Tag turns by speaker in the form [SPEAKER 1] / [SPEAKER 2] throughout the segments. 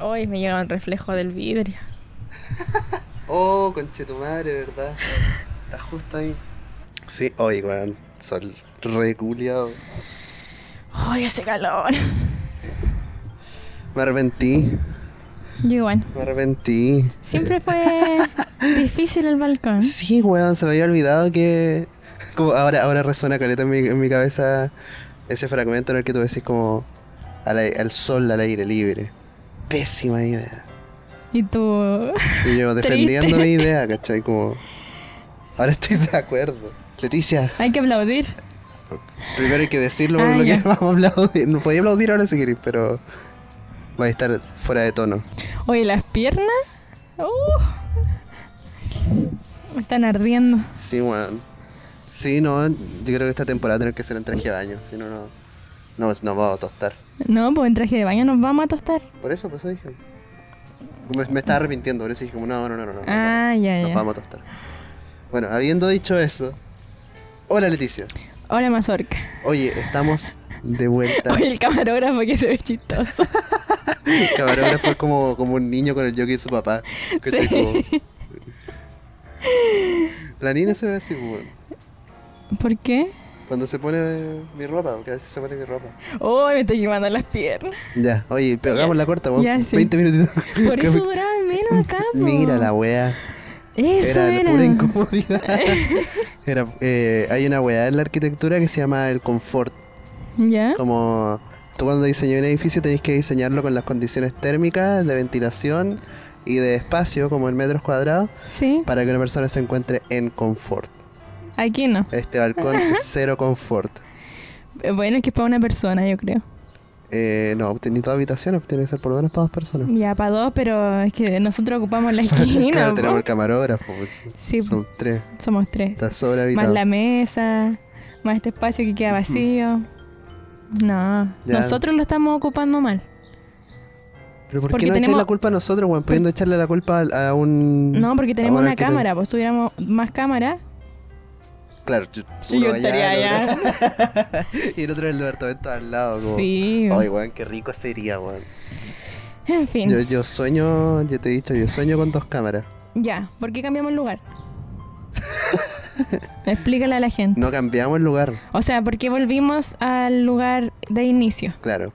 [SPEAKER 1] Hoy me llega un reflejo del vidrio.
[SPEAKER 2] Oh, conche tu madre, ¿verdad? Está justo ahí. Sí, hoy, weón. Sol re culiao.
[SPEAKER 1] Hoy hace calor.
[SPEAKER 2] Me arrepentí,
[SPEAKER 1] Yo igual.
[SPEAKER 2] me arrepentí.
[SPEAKER 1] Siempre fue difícil el balcón.
[SPEAKER 2] Sí, weón, se me había olvidado que. Como ahora, ahora resuena caleta en mi, en mi cabeza ese fragmento en el que tú decís como al, ai- al sol al aire libre. Pésima idea.
[SPEAKER 1] Y tú.
[SPEAKER 2] Y yo defendiendo
[SPEAKER 1] Triste.
[SPEAKER 2] mi idea, ¿cachai? Como. Ahora estoy de acuerdo. Leticia,
[SPEAKER 1] Hay que aplaudir.
[SPEAKER 2] primero hay que decirlo por
[SPEAKER 1] Ah,
[SPEAKER 2] lo
[SPEAKER 1] ya.
[SPEAKER 2] que vamos a aplaudir. No podía aplaudir ahora si queréis, pero va a estar fuera de tono.
[SPEAKER 1] Oye, las piernas. Uh. me están ardiendo.
[SPEAKER 2] Sí, weón. Sí, no, yo creo que esta temporada tener que ser en traje de baño, si no, no, no, nos vamos a tostar.
[SPEAKER 1] No, pues en traje de baño nos vamos a tostar.
[SPEAKER 2] Por eso, por eso dije. Me, me estaba arrepintiendo, por eso dije como, no, no, no, no, no.
[SPEAKER 1] Ah,
[SPEAKER 2] no,
[SPEAKER 1] ya,
[SPEAKER 2] Nos
[SPEAKER 1] ya.
[SPEAKER 2] vamos a tostar. Bueno, habiendo dicho eso. Hola Leticia.
[SPEAKER 1] Hola, Mazorca.
[SPEAKER 2] Oye, estamos de vuelta.
[SPEAKER 1] Oye, el camarógrafo que se ve chistoso.
[SPEAKER 2] El camarógrafo es como, como un niño con el jockey de su papá. que está
[SPEAKER 1] Sí.
[SPEAKER 2] como- La niña se ve así, weón.
[SPEAKER 1] ¿Por qué?
[SPEAKER 2] Cuando se pone mi ropa, porque a veces se pone mi ropa.
[SPEAKER 1] Uy, me estoy quemando las piernas.
[SPEAKER 2] Ya, oye, pero hagamos la corta, weón.
[SPEAKER 1] Ya, sí.
[SPEAKER 2] 20 minutitos.
[SPEAKER 1] Por eso duraba al menos acá. po.
[SPEAKER 2] Mira la weá.
[SPEAKER 1] Eso
[SPEAKER 2] Era,
[SPEAKER 1] era.
[SPEAKER 2] pura incomodidad. Era, eh, hay una weá en la arquitectura que se llama el confort.
[SPEAKER 1] ¿Ya?
[SPEAKER 2] Como tú cuando diseñas un edificio tenés que diseñarlo con las condiciones térmicas, de ventilación y de espacio, como en metros cuadrados,
[SPEAKER 1] Sí.
[SPEAKER 2] para que una persona se encuentre en confort.
[SPEAKER 1] Aquí no.
[SPEAKER 2] Este balcón es cero confort.
[SPEAKER 1] Eh, Bueno, es que es para una persona, yo creo.
[SPEAKER 2] Eh, no, obtenido dos habitaciones, tiene que ser por lo menos para dos personas.
[SPEAKER 1] Ya, para dos, pero es que nosotros ocupamos la esquina.
[SPEAKER 2] Mm. claro,
[SPEAKER 1] po.
[SPEAKER 2] tenemos el camarógrafo. pues,
[SPEAKER 1] Sí,
[SPEAKER 2] Son tres.
[SPEAKER 1] Somos tres.
[SPEAKER 2] Está
[SPEAKER 1] Más
[SPEAKER 2] sobrehabitado.
[SPEAKER 1] la mesa, más este espacio que queda vacío. No,
[SPEAKER 2] Mm. Ya.
[SPEAKER 1] nosotros lo estamos ocupando mal.
[SPEAKER 2] Pero ¿por qué
[SPEAKER 1] porque
[SPEAKER 2] no echáis
[SPEAKER 1] tenemos-
[SPEAKER 2] la culpa a nosotros, weón? Pudiendo echarle la culpa a a un...
[SPEAKER 1] No, porque tenemos
[SPEAKER 2] a un
[SPEAKER 1] una
[SPEAKER 2] arquitecto.
[SPEAKER 1] cámara, pues tuviéramos más cámara.
[SPEAKER 2] Claro, yo,
[SPEAKER 1] Sí,
[SPEAKER 2] uno
[SPEAKER 1] yo
[SPEAKER 2] allá,
[SPEAKER 1] estaría
[SPEAKER 2] el
[SPEAKER 1] allá.
[SPEAKER 2] otro- y el otro en el departamento al lado. Como,
[SPEAKER 1] Sí.
[SPEAKER 2] Ay, weón, qué rico sería, weón.
[SPEAKER 1] En fin,
[SPEAKER 2] Yo, yo sueño, yo te he dicho, yo sueño con dos cámaras.
[SPEAKER 1] ya, ¿por qué cambiamos el lugar? Explícale a la gente.
[SPEAKER 2] No cambiamos el lugar,
[SPEAKER 1] O sea, ¿por qué volvimos al lugar de inicio?
[SPEAKER 2] claro.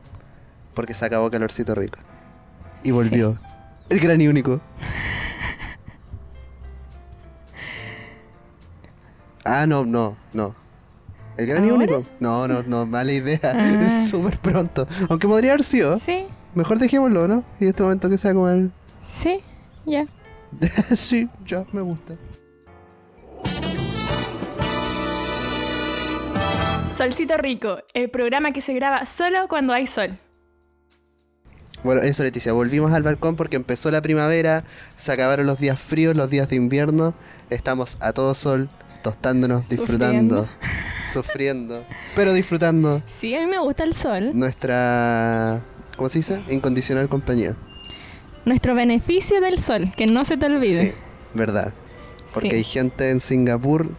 [SPEAKER 2] Porque se acabó calorcito rico.
[SPEAKER 1] Sí.
[SPEAKER 2] Y volvió. El gran y único. Ah, no, no, no. ¿El gran y
[SPEAKER 1] ¿Ahora?
[SPEAKER 2] único? No, no, no, mala idea.
[SPEAKER 1] Ah.
[SPEAKER 2] Es súper pronto. Aunque podría haber sido.
[SPEAKER 1] Sí,
[SPEAKER 2] Mejor dejémoslo, ¿no? Y en este momento que sea como el...
[SPEAKER 1] sí, ya.
[SPEAKER 2] sí, ya, me gusta.
[SPEAKER 3] Solcito Rico, el programa que se graba solo cuando hay sol.
[SPEAKER 2] Bueno, eso Leticia, volvimos al balcón porque empezó la primavera, se acabaron los días fríos, los días de invierno, estamos a todo sol, tostándonos, disfrutando, sufriendo, pero disfrutando
[SPEAKER 1] Sí, a mí me gusta el sol.
[SPEAKER 2] nuestra, ¿cómo se dice? Incondicional compañía.
[SPEAKER 1] Nuestro beneficio del sol, que no se te
[SPEAKER 2] Sí,
[SPEAKER 1] olvide.
[SPEAKER 2] verdad, porque
[SPEAKER 1] Sí.
[SPEAKER 2] hay gente en Singapur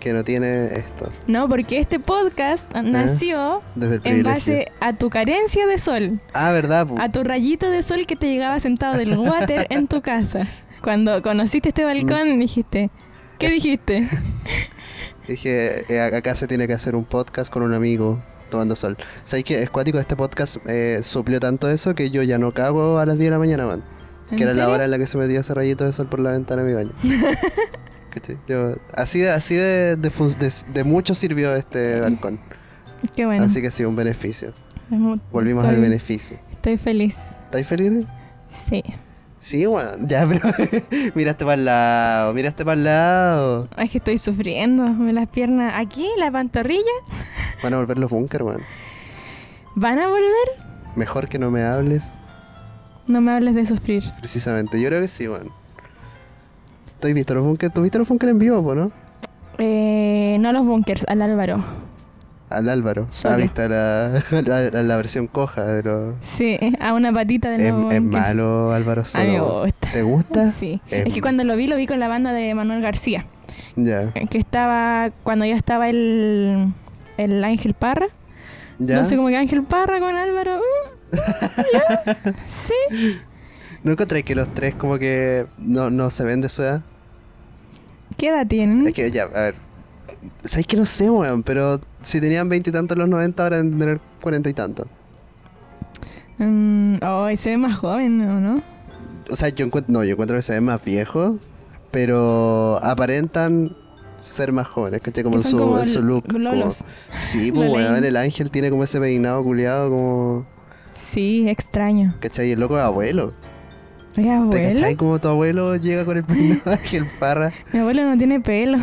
[SPEAKER 2] que no tiene esto,
[SPEAKER 1] No, porque este podcast nació
[SPEAKER 2] desde
[SPEAKER 1] en
[SPEAKER 2] el Ah, privilegio.
[SPEAKER 1] base a tu carencia de sol,
[SPEAKER 2] Ah, verdad, pu?
[SPEAKER 1] a tu rayito de sol que te llegaba sentado del water en tu casa. Cuando conociste este
[SPEAKER 2] Mm.
[SPEAKER 1] balcón dijiste,
[SPEAKER 2] Eh,
[SPEAKER 1] ¿qué dijiste?
[SPEAKER 2] Dije, eh, acá se tiene que hacer un podcast con un amigo tomando sol. ¿Sabes qué? Es cuático, este podcast eh, suplió tanto eso que yo ya no cago a las 10 de la mañana, man.
[SPEAKER 1] ¿En
[SPEAKER 2] Que era la
[SPEAKER 1] serio?
[SPEAKER 2] hora en la que se metía ese rayito de sol por la ventana de mi baño. ¿Cachai? Yo- así de, así de, de fun- de- de mucho sirvió este balcón.
[SPEAKER 1] Qué bueno.
[SPEAKER 2] Así que sí, un beneficio. Volvimos
[SPEAKER 1] Estoy-
[SPEAKER 2] al beneficio.
[SPEAKER 1] Estoy feliz.
[SPEAKER 2] ¿Estáis felices?
[SPEAKER 1] Sí.
[SPEAKER 2] Sí, weón. Ya, pero miraste para el lado, miraste para el lado.
[SPEAKER 1] Es que estoy sufriendo. Las piernas aquí, la pantorrilla.
[SPEAKER 2] Van a volver los búnker, weón.
[SPEAKER 1] ¿Van a volver?
[SPEAKER 2] Mejor que no me hables.
[SPEAKER 1] No me hables de sufrir.
[SPEAKER 2] Precisamente, yo creo que sí, weón. ¿Tú has visto los bunkers? ¿Tú viste los bunkers en vivo, po, no?
[SPEAKER 1] Eh, no a los bunkers, al Álvaro.
[SPEAKER 2] Al Álvaro.
[SPEAKER 1] Solo.
[SPEAKER 2] Ah, viste la, la, la- la versión coja de los.
[SPEAKER 1] Sí, a una patita de
[SPEAKER 2] Es,
[SPEAKER 1] los
[SPEAKER 2] es
[SPEAKER 1] bunkers.
[SPEAKER 2] malo Álvaro
[SPEAKER 1] A mí me
[SPEAKER 2] Solo.
[SPEAKER 1] gusta.
[SPEAKER 2] ¿Te gusta?
[SPEAKER 1] Sí.
[SPEAKER 2] Es-
[SPEAKER 1] Es que cuando lo vi, lo vi con la banda de Manuel García.
[SPEAKER 2] Ya.
[SPEAKER 1] eh, Que estaba. Cuando ya estaba el. El Ángel Parra.
[SPEAKER 2] Ya.
[SPEAKER 1] Entonces, como que Ángel Parra con Álvaro. uh, Sí.
[SPEAKER 2] ¿No encontré que los tres como que no, no se ven de su edad?
[SPEAKER 1] ¿Qué edad tienen?
[SPEAKER 2] Es que ya, a ver. ¿Sabes que no sé, weón? Pero si tenían veinte y tantos en los 90, ahora deben tener cuarenta y tantos.
[SPEAKER 1] Mm, ay, se ve más joven, ¿no? ¿No?
[SPEAKER 2] O sea, yo encuentro, no, yo encuentro que se ven más viejos, pero aparentan ser más jóvenes, ¿cachai? Como,
[SPEAKER 1] Que
[SPEAKER 2] en
[SPEAKER 1] son
[SPEAKER 2] su,
[SPEAKER 1] como
[SPEAKER 2] en su
[SPEAKER 1] l-
[SPEAKER 2] look. como-
[SPEAKER 1] lolos.
[SPEAKER 2] Sí, pues,
[SPEAKER 1] Lolén.
[SPEAKER 2] weón, el ángel tiene como ese peinado culiado, como.
[SPEAKER 1] Sí, extraño.
[SPEAKER 2] ¿cachai? El loco es abuelo.
[SPEAKER 1] Oye,
[SPEAKER 2] ¿Te
[SPEAKER 1] abuelo.
[SPEAKER 2] cachai? Como tu abuelo llega con el peinado de ángel parra.
[SPEAKER 1] Mi abuelo no tiene pelo.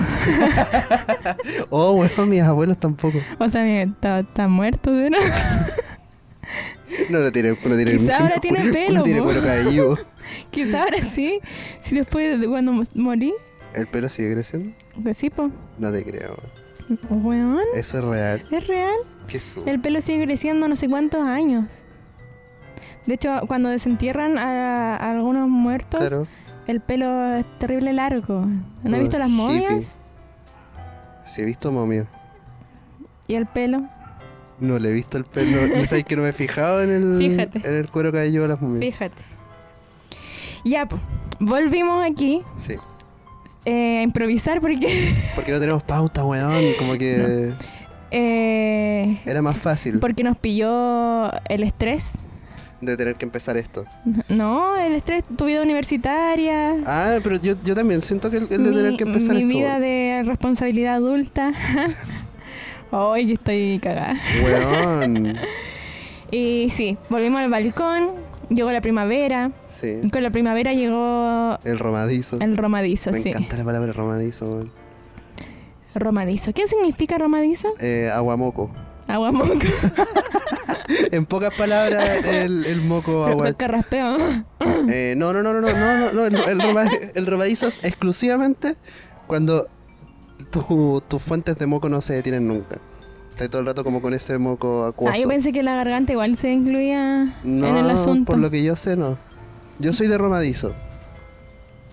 [SPEAKER 2] Oh, weón, mis abuelos tampoco.
[SPEAKER 1] O sea, mi- está, está muerto, ¿no?
[SPEAKER 2] No, no tiene, no tiene
[SPEAKER 1] Quizá ahora tiene
[SPEAKER 2] No
[SPEAKER 1] pelo,
[SPEAKER 2] tiene
[SPEAKER 1] po.
[SPEAKER 2] cuero cabelludo.
[SPEAKER 1] Quizá ahora sí. Si después de cuando mo- morí.
[SPEAKER 2] ¿El pelo sigue creciendo?
[SPEAKER 1] Pues sí, po.
[SPEAKER 2] No te creo, weón.
[SPEAKER 1] Pues, Weón.
[SPEAKER 2] Eso es real.
[SPEAKER 1] Es real.
[SPEAKER 2] Qué su-
[SPEAKER 1] El pelo sigue creciendo no sé cuántos años. De hecho, cuando desentierran a, a algunos muertos,
[SPEAKER 2] Claro.
[SPEAKER 1] el pelo es terrible largo. ¿No
[SPEAKER 2] Puro
[SPEAKER 1] has visto las
[SPEAKER 2] hippie.
[SPEAKER 1] momias?
[SPEAKER 2] Sí, he visto momia.
[SPEAKER 1] Y el pelo.
[SPEAKER 2] No le he visto el pelo. No sabéis que no me he fijado en el,
[SPEAKER 1] Fíjate.
[SPEAKER 2] en el cuero cabelludo de las momias.
[SPEAKER 1] Fíjate. Ya, po. Volvimos aquí
[SPEAKER 2] Sí.
[SPEAKER 1] eh, a improvisar porque.
[SPEAKER 2] Porque no tenemos pauta, weón. Como que
[SPEAKER 1] eh,
[SPEAKER 2] era más fácil
[SPEAKER 1] porque nos pilló el estrés.
[SPEAKER 2] de tener que empezar esto.
[SPEAKER 1] No, el estrés, tu vida universitaria.
[SPEAKER 2] Ah, pero yo, yo también siento que el, el de
[SPEAKER 1] mi-
[SPEAKER 2] tener que empezar
[SPEAKER 1] mi
[SPEAKER 2] esto.
[SPEAKER 1] vida de responsabilidad adulta. Ay, que estoy cagada.
[SPEAKER 2] Weón.
[SPEAKER 1] Y sí, volvimos al balcón, llegó la primavera.
[SPEAKER 2] Sí.
[SPEAKER 1] y Con la primavera llegó
[SPEAKER 2] El romadizo.
[SPEAKER 1] el romadizo,
[SPEAKER 2] me
[SPEAKER 1] sí.
[SPEAKER 2] encanta la palabra romadizo, weón.
[SPEAKER 1] Romadizo. ¿Qué significa romadizo?
[SPEAKER 2] Eh, aguamoco.
[SPEAKER 1] Agua moco.
[SPEAKER 2] En pocas palabras, el, el moco agua.
[SPEAKER 1] Lo carraspeo.
[SPEAKER 2] Eh, no, no, no, no, no, no, no, no, el, el roma- el romadizo es exclusivamente cuando tu- tus fuentes de moco no se detienen nunca. Estás todo el rato como con ese moco acuoso.
[SPEAKER 1] Ah, yo pensé que la garganta igual se incluía
[SPEAKER 2] no,
[SPEAKER 1] en el asunto.
[SPEAKER 2] por lo que yo sé, no. Yo soy de romadizo.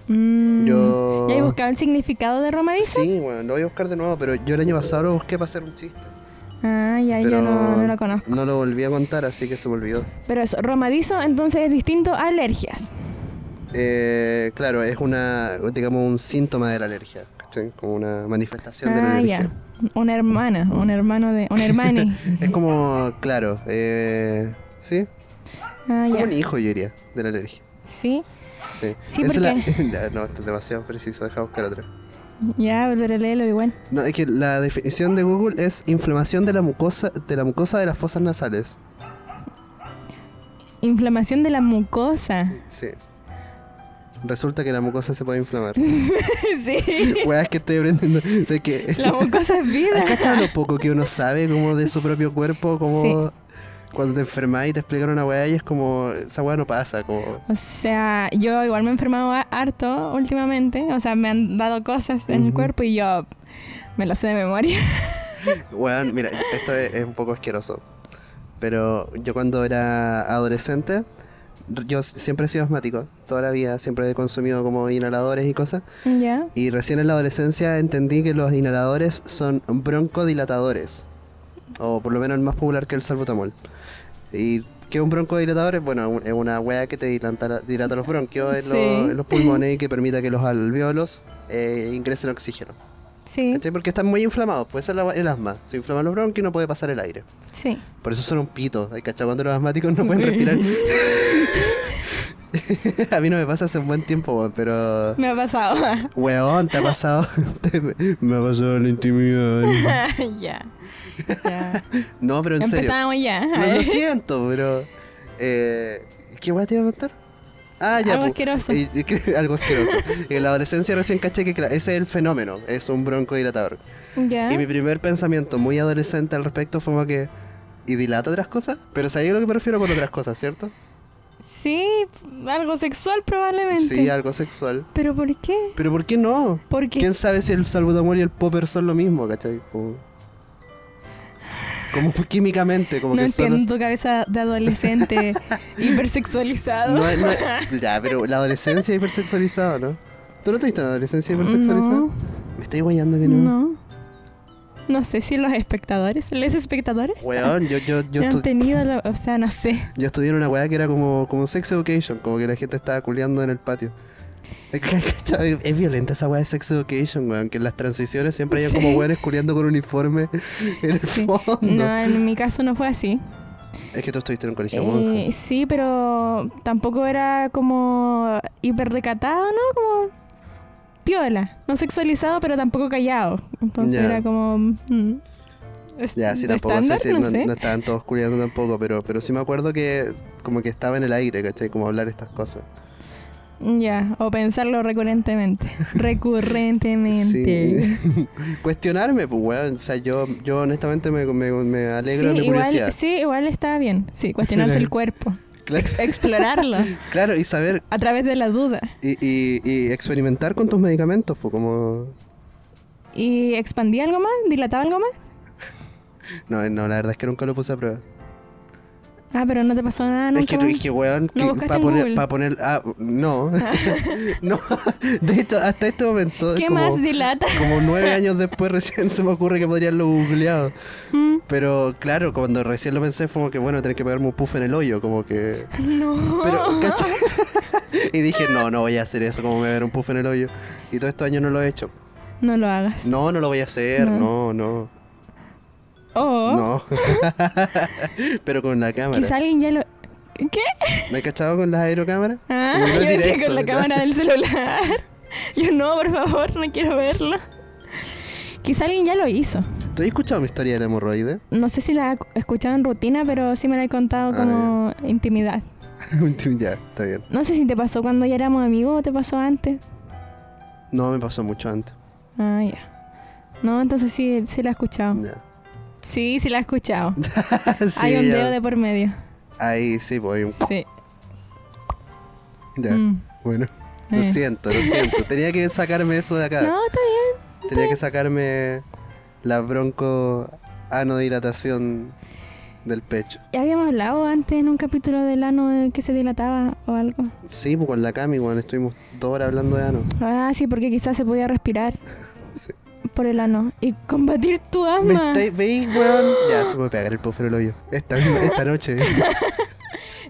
[SPEAKER 1] Mm.
[SPEAKER 2] Yo...
[SPEAKER 1] ¿Ya he buscado el significado de romadizo?
[SPEAKER 2] Sí, bueno, lo voy a buscar de nuevo, pero yo el año pasado lo busqué para hacer un chiste.
[SPEAKER 1] Ah, ya,
[SPEAKER 2] pero
[SPEAKER 1] yo no, no lo conozco.
[SPEAKER 2] No lo volví a contar, así que se me olvidó.
[SPEAKER 1] Pero eso, romadizo entonces es distinto a alergias.
[SPEAKER 2] Eh, claro, es una, digamos, un síntoma de la alergia, ¿cachai? Como una manifestación de la
[SPEAKER 1] Ah,
[SPEAKER 2] alergia.
[SPEAKER 1] ya. Una hermana, un hermano de. Un hermane.
[SPEAKER 2] Es como, claro, eh, sí,
[SPEAKER 1] Ah,
[SPEAKER 2] como
[SPEAKER 1] ya.
[SPEAKER 2] un hijo yo diría, de la alergia.
[SPEAKER 1] Sí.
[SPEAKER 2] Sí,
[SPEAKER 1] Sí,
[SPEAKER 2] Esa
[SPEAKER 1] porque-
[SPEAKER 2] es la- no, esto es demasiado preciso, deja buscar otra.
[SPEAKER 1] Ya, volveré a leerlo igual.
[SPEAKER 2] No, es que la definición de Google es inflamación de la mucosa de la mucosa de las fosas nasales.
[SPEAKER 1] Inflamación de la mucosa.
[SPEAKER 2] Sí. Resulta que la mucosa se puede inflamar.
[SPEAKER 1] sí.
[SPEAKER 2] Weá, es que estoy aprendiendo. O sea, que,
[SPEAKER 1] La mucosa es vida.
[SPEAKER 2] ¿Has cachado lo poco que uno sabe como de su propio cuerpo? Como
[SPEAKER 1] Sí.
[SPEAKER 2] cuando te enfermas y te explicaron una weá y es como, esa weá no pasa, como...
[SPEAKER 1] O sea, yo igual me he enfermado a- harto últimamente. O sea, me han dado cosas en el
[SPEAKER 2] Ujú.
[SPEAKER 1] cuerpo y yo me lo sé de memoria.
[SPEAKER 2] Weón, mira, esto es, es un poco asqueroso. Pero yo cuando era adolescente, r- yo s- siempre he sido asmático. Toda la vida siempre he consumido como inhaladores y cosas.
[SPEAKER 1] ya.
[SPEAKER 2] Y recién en la adolescencia entendí que los inhaladores son broncodilatadores. O por lo menos el más popular que el salbutamol. ¿Y qué es un broncodilatador? Es, Bueno, un- es una weá que te dilata, la- dilata los bronquios en,
[SPEAKER 1] Sí.
[SPEAKER 2] los, en los pulmones y que permita que los alveolos eh, ingresen oxígeno.
[SPEAKER 1] Sí.
[SPEAKER 2] ¿Cachai? Porque están muy inflamados, puede ser la- el asma. Se inflaman los bronquios y no puede pasar el aire.
[SPEAKER 1] Sí.
[SPEAKER 2] Por eso son un pito. ¿Cachai? Cuando los asmáticos no pueden respirar. A mí no me pasa hace un buen tiempo, weón, pero.
[SPEAKER 1] Me ha pasado.
[SPEAKER 2] Weón, te ha pasado. Te- me ha pasado en la intimidad.
[SPEAKER 1] Ah, ya. Ya.
[SPEAKER 2] No, pero en serio.
[SPEAKER 1] Empezamos ya.
[SPEAKER 2] No, lo siento, pero. Eh, ¿Qué weá te iba a contar? Ah, ya.
[SPEAKER 1] Algo
[SPEAKER 2] pu.
[SPEAKER 1] asqueroso.
[SPEAKER 2] Y- y que- algo asqueroso. en la adolescencia recién caché que cla- ese es el fenómeno. Es un broncodilatador.
[SPEAKER 1] ya.
[SPEAKER 2] Y mi primer pensamiento muy adolescente al respecto fue como que. ¿Y dilata otras cosas? Pero sabía a lo que me refiero con otras cosas, ¿cierto?
[SPEAKER 1] Sí, algo sexual probablemente.
[SPEAKER 2] Sí, algo sexual.
[SPEAKER 1] Pero ¿por qué?
[SPEAKER 2] Pero ¿por qué no?
[SPEAKER 1] Porque
[SPEAKER 2] ¿Quién sabe si el salbutamol y el popper son lo mismo, cachai? Como, como fue químicamente, como
[SPEAKER 1] no
[SPEAKER 2] que son...
[SPEAKER 1] entiendo tu cabeza de adolescente hipersexualizado.
[SPEAKER 2] No, es- no es- ya, pero la adolescencia hipersexualizada, ¿no? ¿Tú no te has visto en la adolescencia hipersexualizada?
[SPEAKER 1] No,
[SPEAKER 2] Me estoy guayando que no.
[SPEAKER 1] no. no sé si los espectadores, los espectadores,
[SPEAKER 2] Weón, yo, yo, yo,
[SPEAKER 1] han
[SPEAKER 2] estu-
[SPEAKER 1] tenido, lo- o sea, no sé.
[SPEAKER 2] yo estudié en una weá que era como, como sex education, como que la gente estaba culeando en el patio. ¿Cachai? Es violenta esa weá de sex education, weón, que en las transiciones siempre hay
[SPEAKER 1] Sí.
[SPEAKER 2] como weones culeando con uniforme en el
[SPEAKER 1] Sí.
[SPEAKER 2] fondo.
[SPEAKER 1] No, en mi caso no fue así.
[SPEAKER 2] Es que tú estuviste en un colegio
[SPEAKER 1] Eh,
[SPEAKER 2] monja.
[SPEAKER 1] sí, pero tampoco era como hiper recatado, ¿no? Como piola. No sexualizado, pero tampoco callado. Entonces
[SPEAKER 2] Ya.
[SPEAKER 1] era como... mm, es-
[SPEAKER 2] Ya, sí, tampoco sé
[SPEAKER 1] estándar,
[SPEAKER 2] si
[SPEAKER 1] no
[SPEAKER 2] no,
[SPEAKER 1] sé.
[SPEAKER 2] no estaban todos culeando tampoco, pero, pero sí me acuerdo que como que estaba en el aire, ¿cachai? Como hablar estas cosas.
[SPEAKER 1] Ya, o pensarlo recurrentemente. recurrentemente.
[SPEAKER 2] Sí. Cuestionarme, pues, weón. O sea, yo, yo honestamente me, me, me alegro de mi curiosidad.
[SPEAKER 1] igual, sí, igual está bien. Sí, cuestionarse el cuerpo.
[SPEAKER 2] Claro,
[SPEAKER 1] Ex- explorarlo
[SPEAKER 2] claro, y saber
[SPEAKER 1] a través de la duda.
[SPEAKER 2] y, y, y experimentar con tus medicamentos, pues, como.
[SPEAKER 1] ¿Y expandí algo más? ¿Dilataba algo más?
[SPEAKER 2] No, no, la verdad es que nunca lo puse a prueba.
[SPEAKER 1] Ah, pero no te pasó nada nunca.
[SPEAKER 2] es que,
[SPEAKER 1] más.
[SPEAKER 2] es que weón,
[SPEAKER 1] ¿No buscaste
[SPEAKER 2] para
[SPEAKER 1] en
[SPEAKER 2] poner,
[SPEAKER 1] Google?
[SPEAKER 2] pa' poner. Ah, no. no. De hecho, hasta este momento.
[SPEAKER 1] ¿Qué
[SPEAKER 2] como-
[SPEAKER 1] más dilata?
[SPEAKER 2] Como nueve años después recién se me ocurre que podría haberlo googleado.
[SPEAKER 1] Mm,
[SPEAKER 2] Pero claro, cuando recién lo pensé fue como que bueno, tener que pegarme un puff en el hoyo, como que...
[SPEAKER 1] no.
[SPEAKER 2] Pero, ¿cachai? y dije, no, no voy a hacer eso, como me voy a ver un puff en el hoyo. Y todos estos años no lo he hecho.
[SPEAKER 1] No lo hagas.
[SPEAKER 2] No, no lo voy a hacer, no,
[SPEAKER 1] No.
[SPEAKER 2] no,
[SPEAKER 1] O
[SPEAKER 2] no. Pero con la cámara.
[SPEAKER 1] quizá alguien ya lo. ¿Qué?
[SPEAKER 2] ¿No he cachado con las aerocámaras?
[SPEAKER 1] Ah,
[SPEAKER 2] Uno
[SPEAKER 1] yo decía
[SPEAKER 2] directo,
[SPEAKER 1] con la
[SPEAKER 2] ¿verdad?
[SPEAKER 1] cámara del celular. Yo no, por favor, no quiero verlo. Quizá alguien ya lo hizo.
[SPEAKER 2] ¿Tú has escuchado mi historia del hemorroide?
[SPEAKER 1] No sé si la he escuchado en rutina, pero sí me la he contado
[SPEAKER 2] Ah,
[SPEAKER 1] como intimidad.
[SPEAKER 2] ya, está bien.
[SPEAKER 1] No sé si te pasó cuando ya éramos amigos o te pasó antes.
[SPEAKER 2] No, me pasó mucho antes.
[SPEAKER 1] Ah, ya. No, entonces sí, sí la he escuchado.
[SPEAKER 2] Ya.
[SPEAKER 1] Sí, sí la he escuchado.
[SPEAKER 2] Sí,
[SPEAKER 1] Ah. Hay un
[SPEAKER 2] ya.
[SPEAKER 1] dedo de por medio.
[SPEAKER 2] Ahí sí, voy.
[SPEAKER 1] Sí.
[SPEAKER 2] Ya,
[SPEAKER 1] Mm.
[SPEAKER 2] bueno. Lo
[SPEAKER 1] Eh.
[SPEAKER 2] siento, lo siento. Tenía que sacarme eso de acá.
[SPEAKER 1] No, está bien.
[SPEAKER 2] Tenía que sacarme la bronco anodilatación del pecho.
[SPEAKER 1] Ya habíamos hablado antes en un capítulo del ano eh, que se dilataba o algo.
[SPEAKER 2] Sí, pues con la Cami, weón, estuvimos dos horas hablando de ano.
[SPEAKER 1] Ah, sí, porque quizás se podía respirar
[SPEAKER 2] Sí.
[SPEAKER 1] por el ano y combatir tu
[SPEAKER 2] ¿Me
[SPEAKER 1] asma.
[SPEAKER 2] estáis veis, weón? Ya se puede pegar el pufero el hoyo. Esta, esta noche.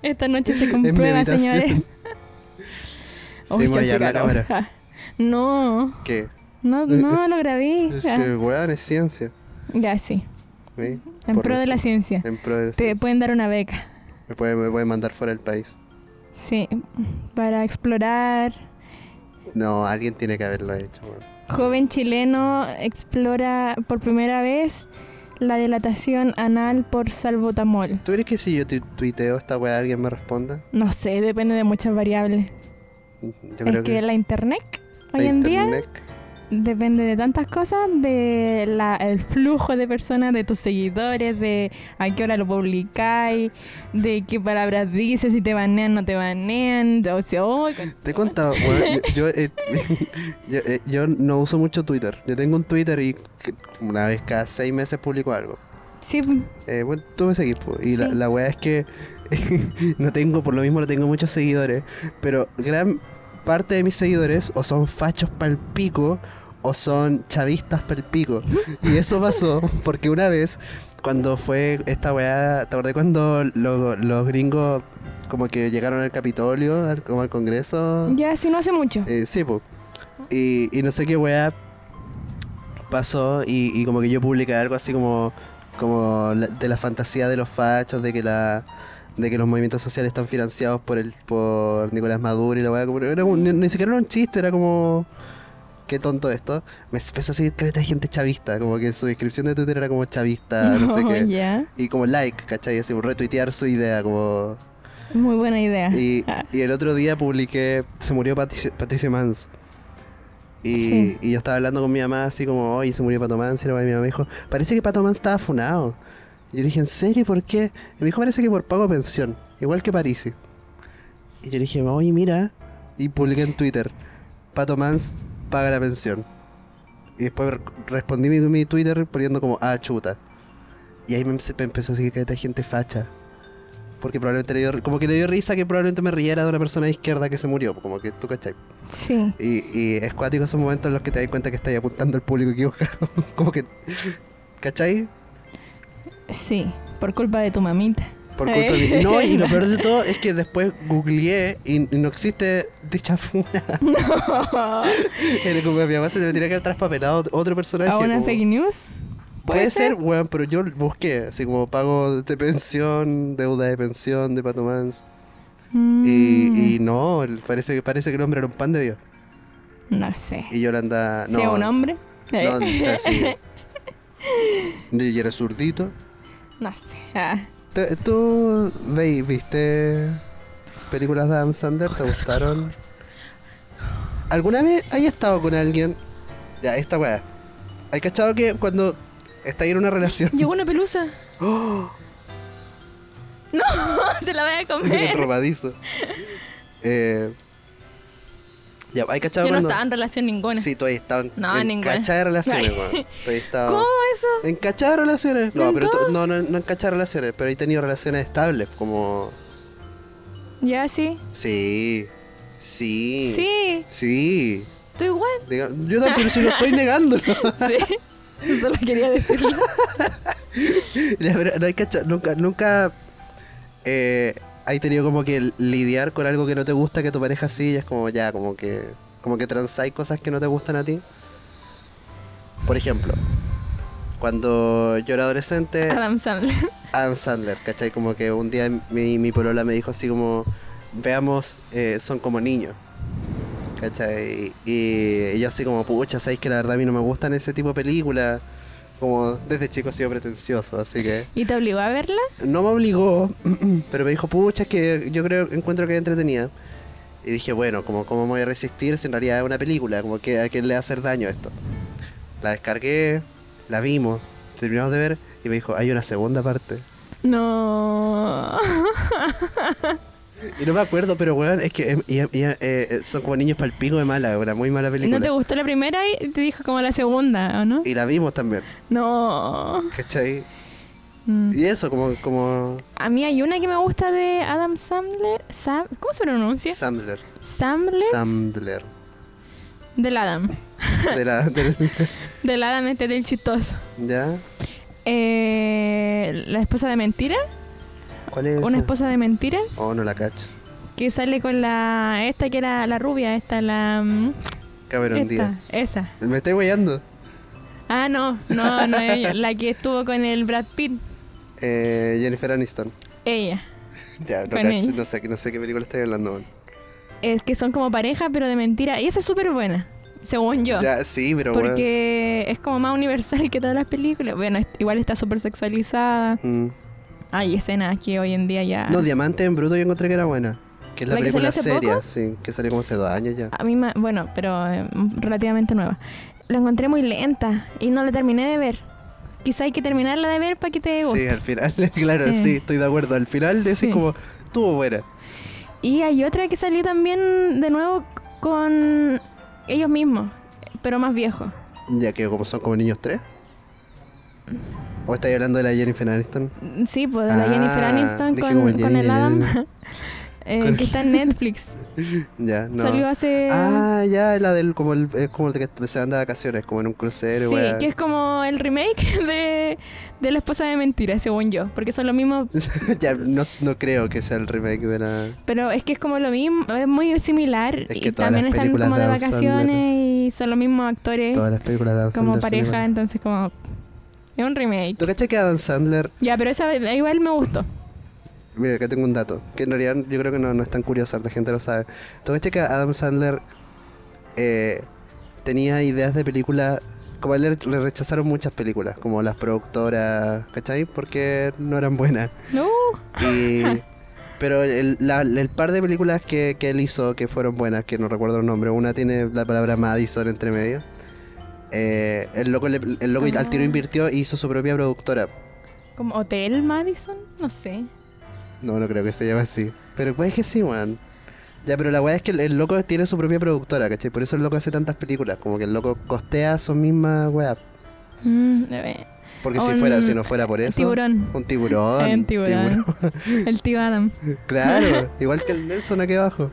[SPEAKER 1] Esta noche se
[SPEAKER 2] en mi
[SPEAKER 1] comprueba, señores.
[SPEAKER 2] habitación. Sí,
[SPEAKER 1] Uy,
[SPEAKER 2] voy a
[SPEAKER 1] yo
[SPEAKER 2] hallar la
[SPEAKER 1] cigarro.
[SPEAKER 2] cámara.
[SPEAKER 1] Ja. No,
[SPEAKER 2] ¿Qué?
[SPEAKER 1] no, no lo grabé.
[SPEAKER 2] Es
[SPEAKER 1] Ja.
[SPEAKER 2] que, weón, es ciencia.
[SPEAKER 1] Ya, sí.
[SPEAKER 2] ¿sí?
[SPEAKER 1] En
[SPEAKER 2] Por
[SPEAKER 1] pro de
[SPEAKER 2] eso. Eh,
[SPEAKER 1] la ciencia.
[SPEAKER 2] En pro de la
[SPEAKER 1] Te
[SPEAKER 2] ciencia.
[SPEAKER 1] pueden dar una beca.
[SPEAKER 2] Me puede, me puede mandar fuera del país.
[SPEAKER 1] Sí. Para explorar.
[SPEAKER 2] No, alguien tiene que haberlo hecho, weón.
[SPEAKER 1] Joven chileno explora por primera vez la dilatación anal por salbutamol.
[SPEAKER 2] ¿Tú crees que si yo tu- tuiteo esta weá alguien me responda?
[SPEAKER 1] No sé, depende de muchas variables.
[SPEAKER 2] Yo
[SPEAKER 1] es que, la internet hoy en día depende de tantas cosas, de la, el flujo de personas, de tus seguidores, de a qué hora lo publicáis, de qué palabras dices, si te banean, no te banean, o sea, oh,
[SPEAKER 2] Te he contado, weón, yo, yo, eh, yo, eh, yo no uso mucho Twitter. Yo tengo un Twitter y c- una vez cada seis meses publico algo.
[SPEAKER 1] sí,
[SPEAKER 2] Eh, bueno, tú me seguís, po, y la,
[SPEAKER 1] Sí.
[SPEAKER 2] la weá es que no tengo, por lo mismo no tengo muchos seguidores, pero gran parte de mis seguidores o son fachos pal pico o son chavistas pal pico. Y eso pasó porque una vez, cuando fue esta weá, ¿te acordás cuando lo- los gringos como que llegaron al Capitolio, al- como al Congreso?
[SPEAKER 1] ya sí, no hace mucho.
[SPEAKER 2] Eh, sí, po. Y, y no sé qué weá pasó y, y como que yo publiqué algo así como, como la- de la fantasía de los fachos, de que la de que los movimientos sociales están financiados por el por Nicolás Maduro y la weá. como- Era un- ni, ni siquiera era un chiste, era como... Qué tonto esto. Me empezó a seguir caleta de gente chavista, como que su descripción de Twitter era como chavista, no, sé qué.
[SPEAKER 1] ya,
[SPEAKER 2] Y como like, ¿cachai? Así, como retuitear su idea, como...
[SPEAKER 1] muy buena idea.
[SPEAKER 2] Y, y el otro día publiqué, se murió Patricia, Patricia Mans. Y,
[SPEAKER 1] Sí.
[SPEAKER 2] y yo estaba hablando con mi mamá así como, oye, se murió Pato Mans. Y la mamá de mi mamá me dijo, parece que Pato Mans estaba funado. Y yo le dije, ¿en serio? ¿Por qué? Y me dijo, parece que por pago de pensión. Igual que Parisi. Y yo le dije, oye, mira. Y publiqué en Twitter, Pato Mans paga la pensión. Y después re- respondí mi, mi Twitter poniendo como, ah, chuta. Y ahí me, empe- me empezó a seguir caleta de gente facha. Porque probablemente le dio, como que le dio risa que probablemente me riera de una persona de izquierda que se murió, como que tú cachai.
[SPEAKER 1] sí.
[SPEAKER 2] Y, y es cuático esos momentos en los que te das cuenta que estás apuntando al público equivocado. como que ¿Cachai?
[SPEAKER 1] Sí, por culpa de tu mamita.
[SPEAKER 2] Por culpa de mí. No, y lo peor de todo es que después googleé y no existe dicha funa.
[SPEAKER 1] No.
[SPEAKER 2] Era como mi mamá se le tiene que haber traspapelado otro personaje.
[SPEAKER 1] ¿A Ah, una
[SPEAKER 2] como,
[SPEAKER 1] fake news?
[SPEAKER 2] Puede ser, weón, pero yo busqué, así como pago de pensión, deuda de pensión de Patomans.
[SPEAKER 1] Mm,
[SPEAKER 2] Y, y no, el- parece, que- parece que el hombre era un pan de Dios.
[SPEAKER 1] No sé.
[SPEAKER 2] Y Yolanda. No,
[SPEAKER 1] ¿Sea un hombre?
[SPEAKER 2] No, o sea, sí. Y era zurdito.
[SPEAKER 1] No sé. Ah,
[SPEAKER 2] Te- ¿Tú ve- viste películas de Adam Sandler? ¿Te gustaron? ¿Alguna vez hay estado con alguien? Ya, esta weá. ¿Hay cachado que cuando estáis en una relación
[SPEAKER 3] Llegó una pelusa. No, te la voy a
[SPEAKER 2] el
[SPEAKER 3] comer.
[SPEAKER 2] robadizo? Eh, ya, ¿hay cachado
[SPEAKER 3] Yo no
[SPEAKER 2] cuando...?
[SPEAKER 3] estaba en relación ninguna.
[SPEAKER 2] Sí, todavía estaban
[SPEAKER 3] No,
[SPEAKER 2] en
[SPEAKER 3] ninguna.
[SPEAKER 2] cachada de relaciones, weón. Todavía estaba...
[SPEAKER 3] ¿Cómo eso?
[SPEAKER 2] ¿En cachada de relaciones? No,
[SPEAKER 3] ¿En
[SPEAKER 2] pero to-
[SPEAKER 3] todo?
[SPEAKER 2] no, no, no en cachada de relaciones, pero he tenido relaciones estables, como...
[SPEAKER 3] Ya, sí.
[SPEAKER 2] Sí, sí.
[SPEAKER 3] Sí,
[SPEAKER 2] Sí.
[SPEAKER 3] tú igual.
[SPEAKER 2] Diga- Yo tampoco si lo estoy negando.
[SPEAKER 3] Sí. Solo quería decirlo.
[SPEAKER 2] Ya, pero no hay cacha- nunca, nunca eh, hay tenido como que lidiar con algo que no te gusta que tu pareja sí y es como ya, como que. como que transáis cosas que no te gustan a ti. Por ejemplo, cuando yo era adolescente,
[SPEAKER 3] Adam Sandler.
[SPEAKER 2] Adam Sandler, ¿cachai? Como que un día mi, mi polola me dijo así como, veamos, eh, son como niños, ¿cachai? Y, y yo así como, pucha, ¿sabéis que la verdad a mí no me gustan ese tipo de películas? Como desde chico he sido pretencioso, así que
[SPEAKER 1] ¿Y te obligó a verla?
[SPEAKER 2] no me obligó, pero me dijo, pucha, es que yo creo, encuentro que es entretenida. Y dije, bueno, como cómo me voy a resistir si en realidad es una película, como que a quién le va a hacer daño esto. La descargué, la vimos, terminamos de ver y me dijo, hay una segunda parte.
[SPEAKER 1] No.
[SPEAKER 2] Y no me acuerdo, pero weón, es que eh, y- y- eh, eh, son como niños pal pico de mala, una muy mala película.
[SPEAKER 1] ¿No te gustó la primera y te dijo como la segunda, o no?
[SPEAKER 2] Y la vimos también,
[SPEAKER 1] No.
[SPEAKER 2] ¿cachai?
[SPEAKER 1] Mm.
[SPEAKER 2] Y eso, como, como
[SPEAKER 1] A mí hay una que me gusta de Adam Sandler. Sam- ¿Cómo se pronuncia?
[SPEAKER 2] Sandler.
[SPEAKER 1] Sandler.
[SPEAKER 2] Sandler.
[SPEAKER 1] Del Adam.
[SPEAKER 2] De la, del-
[SPEAKER 1] Del Adam este del chistoso.
[SPEAKER 2] ¿Ya?
[SPEAKER 1] Eh, la esposa de mentira.
[SPEAKER 2] ¿Cuál es
[SPEAKER 1] Una
[SPEAKER 2] esa?
[SPEAKER 1] esposa de mentiras
[SPEAKER 2] Oh, no la cacho.
[SPEAKER 1] que sale con la. Esta que era la rubia, esta, la. mm,
[SPEAKER 2] Cameron
[SPEAKER 1] Esta,
[SPEAKER 2] Díaz.
[SPEAKER 1] esa.
[SPEAKER 2] Me estoy weyando.
[SPEAKER 1] Ah, no, no, no ella. La que estuvo con el Brad Pitt,
[SPEAKER 2] Eh, Jennifer Aniston.
[SPEAKER 1] ella.
[SPEAKER 2] Ya, no
[SPEAKER 1] Con
[SPEAKER 2] cacho,
[SPEAKER 1] ella.
[SPEAKER 2] no sé, no sé qué película estoy hablando, weón.
[SPEAKER 1] Es que son como pareja, pero de mentira. Y esa es súper buena, según yo.
[SPEAKER 2] Ya, sí, pero bueno.
[SPEAKER 1] porque es como más universal que todas las películas. Bueno, es- igual está súper sexualizada. Hay escenas que hoy en día ya.
[SPEAKER 2] Mm. No, Diamante en Bruto yo encontré que era buena. Que es la,
[SPEAKER 1] ¿La que salió
[SPEAKER 2] película
[SPEAKER 1] hace
[SPEAKER 2] seria,
[SPEAKER 1] poco?
[SPEAKER 2] sí, que salió como hace dos años ya.
[SPEAKER 1] A mí, ma- bueno, pero eh, relativamente nueva. La encontré muy lenta y no la terminé de ver. Quizá hay que terminarla de ver para que te guste.
[SPEAKER 2] Sí, al final, claro,
[SPEAKER 1] Eh.
[SPEAKER 2] sí, estoy de acuerdo. Al final decís
[SPEAKER 1] Sí.
[SPEAKER 2] como, estuvo buena.
[SPEAKER 1] Y hay otra que salió también de nuevo con ellos mismos, pero más viejos.
[SPEAKER 2] Ya que como son como niños tres. ¿O estáis hablando de la Jennifer Aniston?
[SPEAKER 1] Sí, pues de la
[SPEAKER 2] Ah,
[SPEAKER 1] Jennifer Aniston
[SPEAKER 2] dije como
[SPEAKER 1] con, con el
[SPEAKER 2] Jenny,
[SPEAKER 1] Adam,
[SPEAKER 2] Jenny.
[SPEAKER 1] eh,
[SPEAKER 2] Con-
[SPEAKER 1] que está en Netflix.
[SPEAKER 2] Ya, no.
[SPEAKER 1] Salió hace...
[SPEAKER 2] Ah, ya, la del, como el, es como el que se anda de vacaciones, como en un crucero,
[SPEAKER 1] sí,
[SPEAKER 2] weá.
[SPEAKER 1] que es como el remake de, de La esposa de mentiras, según yo, porque son lo mismo,
[SPEAKER 2] ya, no, no creo que sea el remake de la...
[SPEAKER 1] pero es que es como lo mismo, es muy similar.
[SPEAKER 2] Es
[SPEAKER 1] y
[SPEAKER 2] que todas
[SPEAKER 1] también
[SPEAKER 2] las
[SPEAKER 1] están
[SPEAKER 2] películas
[SPEAKER 1] como
[SPEAKER 2] de
[SPEAKER 1] de
[SPEAKER 2] Adam Sandler-
[SPEAKER 1] vacaciones y son los mismos actores
[SPEAKER 2] Todas las películas de Adam
[SPEAKER 1] como
[SPEAKER 2] Sandler son
[SPEAKER 1] pareja,
[SPEAKER 2] iguales.
[SPEAKER 1] entonces como... Es un remake.
[SPEAKER 2] ¿Tú cachas que Adam Sandler...
[SPEAKER 1] Ya, pero esa igual me gustó.
[SPEAKER 2] Mira, acá tengo un dato, que en realidad yo creo que no, no es tan curioso, harta gente lo sabe. ¿Tú cachas que Adam Sandler eh, tenía ideas de película... Como a él le- le rechazaron muchas películas, como las productoras, ¿cachai? Porque no eran buenas.
[SPEAKER 1] No,
[SPEAKER 2] Y- pero el, la- el par de películas que, que él hizo que fueron buenas, que no recuerdo el nombre, una tiene la palabra Madison entre medio. Eh, el loco, le- el loco al tiro
[SPEAKER 1] Ah.
[SPEAKER 2] invirtió y hizo su propia productora.
[SPEAKER 1] como Hotel Madison, no sé.
[SPEAKER 2] No, no creo que se llame así. Pero pues es que sí, man. Ya, pero la weá es que el, el loco tiene su propia productora, ¿cachai? Por eso el loco hace tantas películas. Como que el loco costea sus mismas weá.
[SPEAKER 1] Mm, eh,
[SPEAKER 2] Porque si
[SPEAKER 1] Un-
[SPEAKER 2] fuera, si no fuera por eso.
[SPEAKER 1] tiburón.
[SPEAKER 2] Un tiburón.
[SPEAKER 1] En tiburón. El tío Adam.
[SPEAKER 2] tiburón. Claro, igual que el Nelson aquí abajo.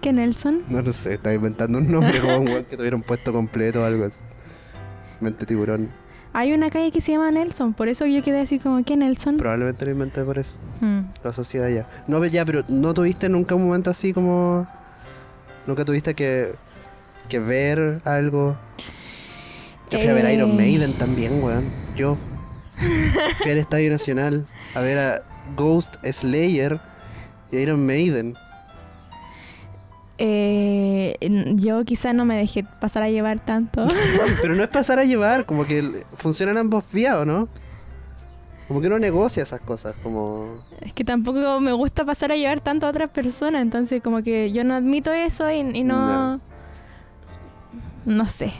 [SPEAKER 1] ¿Qué Nelson?
[SPEAKER 2] No lo sé, estaba inventando un nombre como un weón que tuvieron puesto completo o algo así. Mente tiburón.
[SPEAKER 1] Hay una calle que se llama Nelson, por eso yo quedé así como que Nelson.
[SPEAKER 2] Probablemente lo inventé por eso.
[SPEAKER 1] Mm.
[SPEAKER 2] Lo asocié de allá. No, pero ya, pero ¿no tuviste nunca un momento así como... Nunca tuviste que, que ver algo? Yo fui a ver
[SPEAKER 1] Eh.
[SPEAKER 2] Iron Maiden también, weón. Yo. Fui al Estadio Nacional a ver a Ghost Slayer y Iron Maiden.
[SPEAKER 1] Eh, n- yo quizá no me dejé pasar a llevar tanto.
[SPEAKER 2] Pero no es pasar a llevar, como que l- funcionan ambos vías, ¿o no? Como que uno negocia esas cosas, como...
[SPEAKER 1] es que tampoco me gusta pasar a llevar tanto a otras personas, entonces como que yo no admito eso y, y no... No sé.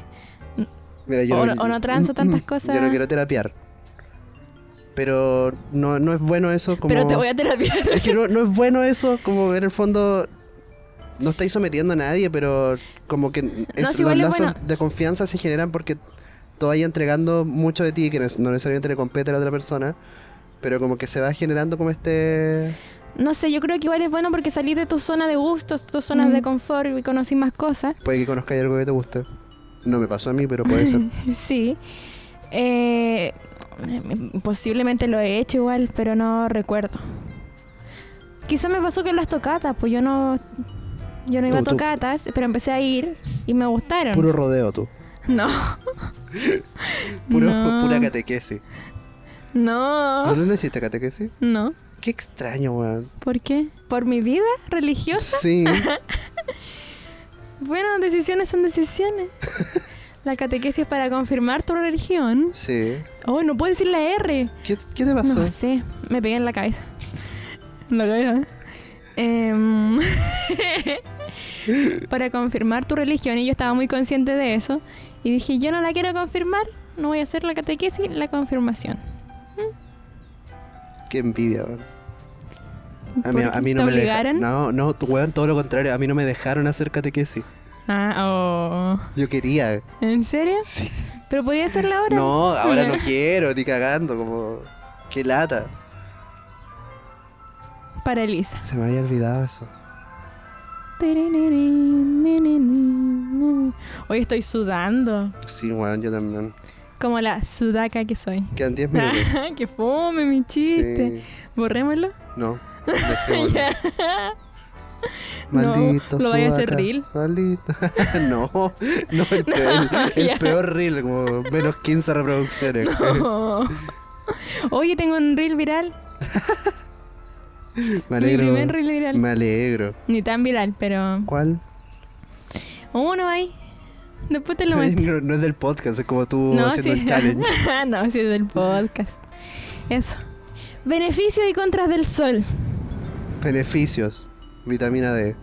[SPEAKER 2] Mira,
[SPEAKER 1] O no- o no transo tantas cosas.
[SPEAKER 2] Yo no quiero terapiar. Pero no, no es bueno eso como...
[SPEAKER 1] Pero te voy a terapiar.
[SPEAKER 2] Es que no, no es bueno eso, como en el fondo... No estáis sometiendo a nadie, pero como que es-
[SPEAKER 1] sí,
[SPEAKER 2] los
[SPEAKER 1] igual es
[SPEAKER 2] lazos
[SPEAKER 1] bueno.
[SPEAKER 2] de confianza se generan porque tú vas entregando mucho de ti, que no es- no necesariamente le compete a la otra persona, pero como que se va generando como este...
[SPEAKER 1] No sé, yo creo que igual es bueno porque salís de tu zona de gustos, tu zona
[SPEAKER 3] Mm.
[SPEAKER 1] de confort y conocí más cosas.
[SPEAKER 2] Puede que conozcas algo que te guste. No me pasó a mí, pero puede ser.
[SPEAKER 1] Sí. Eh, posiblemente lo he hecho igual, pero no recuerdo. Quizá me pasó que en las tocatas, pues yo no yo no iba
[SPEAKER 2] Tú-
[SPEAKER 1] a
[SPEAKER 2] tú-
[SPEAKER 1] tocatas, pero empecé a ir y me gustaron.
[SPEAKER 2] Puro rodeo tú.
[SPEAKER 1] No.
[SPEAKER 2] Puro,
[SPEAKER 1] No. Ah.
[SPEAKER 2] Pura catequesis. ¿No,
[SPEAKER 1] No.
[SPEAKER 2] no hiciste catequesis?
[SPEAKER 1] No.
[SPEAKER 2] Qué extraño, weón.
[SPEAKER 1] ¿Por qué? ¿Por mi vida religiosa?
[SPEAKER 2] Sí.
[SPEAKER 1] Bueno, decisiones son decisiones. La catequesis es para confirmar tu religión.
[SPEAKER 2] Sí.
[SPEAKER 1] Oh, no puedo decir la R.
[SPEAKER 2] ¿Qué, qué te pasó?
[SPEAKER 1] No sé, me pegué en la cabeza. En la cabeza. Em, para confirmar tu religión, y yo estaba muy consciente de eso, y dije, yo no la quiero confirmar, no voy a hacer la catequesis, la confirmación.
[SPEAKER 2] Qué envidia, weón. A mí,
[SPEAKER 1] Porque
[SPEAKER 2] a mí no
[SPEAKER 1] te
[SPEAKER 2] me
[SPEAKER 1] obligaron.
[SPEAKER 2] dejaron. No, no, tu- weón, todo lo contrario. A mí no me dejaron hacer catequesis.
[SPEAKER 1] Ah, oh.
[SPEAKER 2] Yo quería.
[SPEAKER 1] ¿En serio?
[SPEAKER 2] Sí.
[SPEAKER 1] Pero podía hacerla ahora.
[SPEAKER 2] No, ahora no
[SPEAKER 1] Ya.
[SPEAKER 2] quiero, ni cagando, como. Qué lata.
[SPEAKER 1] Para Elisa.
[SPEAKER 2] Se me había olvidado eso.
[SPEAKER 1] Hoy estoy sudando,
[SPEAKER 2] Sí, weón, yo también.
[SPEAKER 1] como la sudaca que soy.
[SPEAKER 2] Quedan 10 minutos.
[SPEAKER 1] ¡Qué fome mi Ah, chiste!
[SPEAKER 2] Sí.
[SPEAKER 1] Borrémoslo.
[SPEAKER 2] No. dejémoslo.
[SPEAKER 1] Ya.
[SPEAKER 2] Maldito
[SPEAKER 1] No, lo vaya a hacer
[SPEAKER 2] sudaca,
[SPEAKER 1] reel.
[SPEAKER 2] Maldito. no, no, el, peor, el
[SPEAKER 1] ya.
[SPEAKER 2] peor reel, como menos 15 reproducciones.
[SPEAKER 1] Oh. Oye, tengo un reel viral.
[SPEAKER 2] Me alegro.
[SPEAKER 1] Mi primer reel viral.
[SPEAKER 2] Me alegro.
[SPEAKER 1] Ni tan viral, pero
[SPEAKER 2] ¿Cuál?
[SPEAKER 1] uno ahí. Después te lo muestro.
[SPEAKER 2] No, no es del podcast, es como tú haciendo
[SPEAKER 1] sí.
[SPEAKER 2] el challenge.
[SPEAKER 1] no, sí, es del podcast. Eso. Beneficios y contras del sol.
[SPEAKER 2] Beneficios. Vitamina D.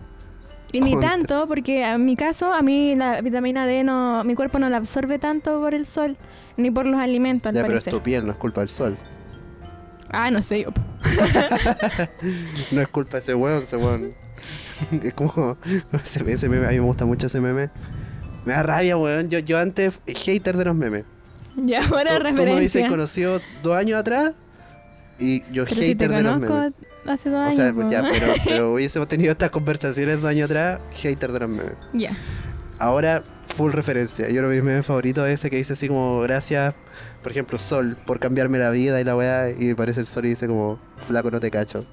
[SPEAKER 1] Y ni
[SPEAKER 2] Contra.
[SPEAKER 1] tanto, porque en mi caso, a mí la vitamina D no. Mi cuerpo no la absorbe tanto por el sol, ni por los alimentos, al
[SPEAKER 2] ya, pero es
[SPEAKER 1] parecer.
[SPEAKER 2] tu piel, no es culpa del sol.
[SPEAKER 1] ah, no sé yo.
[SPEAKER 2] No es culpa de ese weón, ese weón. Es como ese, ese meme, a mí me gusta mucho ese meme. Me da rabia, weón. Yo, yo antes, hater de los memes.
[SPEAKER 1] Y ahora
[SPEAKER 2] Tú- Tú me
[SPEAKER 1] referencia.
[SPEAKER 2] dices conocido dos años atrás y yo
[SPEAKER 1] pero
[SPEAKER 2] hater
[SPEAKER 1] si te
[SPEAKER 2] de los memes.
[SPEAKER 1] conozco hace dos
[SPEAKER 2] O
[SPEAKER 1] años.
[SPEAKER 2] sea, pues
[SPEAKER 1] po.
[SPEAKER 2] ya, pero, pero hubiésemos tenido estas conversaciones dos años atrás, hater de los memes.
[SPEAKER 1] Ya.
[SPEAKER 2] Ahora, full referencia. Yo creo que mi meme favorito es ese que dice así como, gracias, por ejemplo, Sol, por cambiarme la vida y la weá. Y aparece el Sol y dice como, flaco, no te cacho.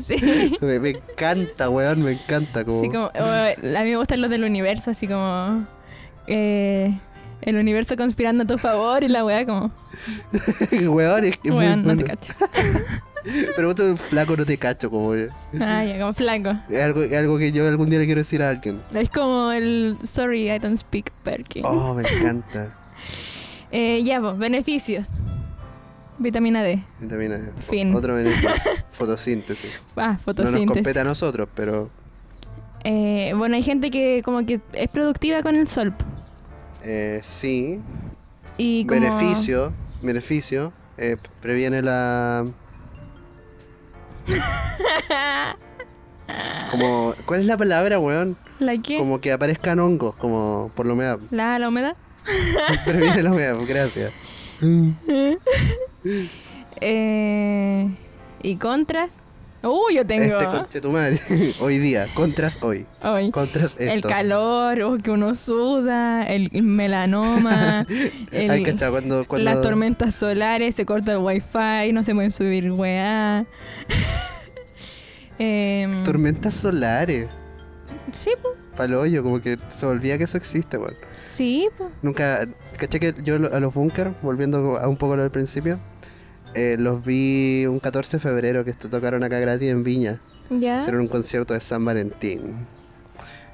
[SPEAKER 1] sí.
[SPEAKER 2] me, me encanta, weón, me encanta. Como,
[SPEAKER 1] Así como, o, a mí me gustan los del universo, así como eh, el universo conspirando a tu favor y la weá como,
[SPEAKER 2] weón, es que es muy
[SPEAKER 1] weón, no te
[SPEAKER 2] bueno.
[SPEAKER 1] cacho.
[SPEAKER 2] Pero vos, flaco, no te cacho, como, es
[SPEAKER 1] Ah, ya, como flanco.
[SPEAKER 2] algo, es algo que yo algún día le quiero decir a alguien.
[SPEAKER 1] Es como el sorry, I don't speak Perkin.
[SPEAKER 2] Oh, me encanta.
[SPEAKER 1] Eh, ya, vos, beneficios. Vitamina D.
[SPEAKER 2] Vitamina D.
[SPEAKER 1] Fin.
[SPEAKER 2] Otro beneficio. Fotosíntesis.
[SPEAKER 1] Ah,
[SPEAKER 2] No nos
[SPEAKER 1] fotosíntesis.
[SPEAKER 2] compete a nosotros, pero
[SPEAKER 1] Eh, bueno, hay gente que como que es productiva con el sol. po.
[SPEAKER 2] eh, sí.
[SPEAKER 1] Y como-
[SPEAKER 2] Beneficio. Beneficio. eh, previene la. Como, ¿Cuál es la palabra, weón?
[SPEAKER 1] ¿La qué?
[SPEAKER 2] Como que aparezcan hongos, como por la humedad.
[SPEAKER 1] ¿La, la humedad?
[SPEAKER 2] Previene la humedad, gracias.
[SPEAKER 1] Eh, y contras. Uh, yo tengo.
[SPEAKER 2] Este conche tu madre. hoy día. Contras hoy.
[SPEAKER 1] Hoy.
[SPEAKER 2] Contras esto.
[SPEAKER 1] El calor, oh, que uno suda, el el melanoma, el-
[SPEAKER 2] Ay, cachá, cuando, cuando...
[SPEAKER 1] las tormentas solares, se corta el wifi, no se pueden subir weá. Em,
[SPEAKER 2] Tormentas solares.
[SPEAKER 1] sí, po,
[SPEAKER 2] Palo hoyo, como que se olvida que eso existe, weón.
[SPEAKER 1] sí, po.
[SPEAKER 2] Nunca, caché que yo lo- a los búnker, volviendo a un poco a lo del principio, eh, los vi un 14 de febrero que esto tocaron acá gratis en Viña.
[SPEAKER 1] ya,
[SPEAKER 2] Hicieron un concierto de San Valentín.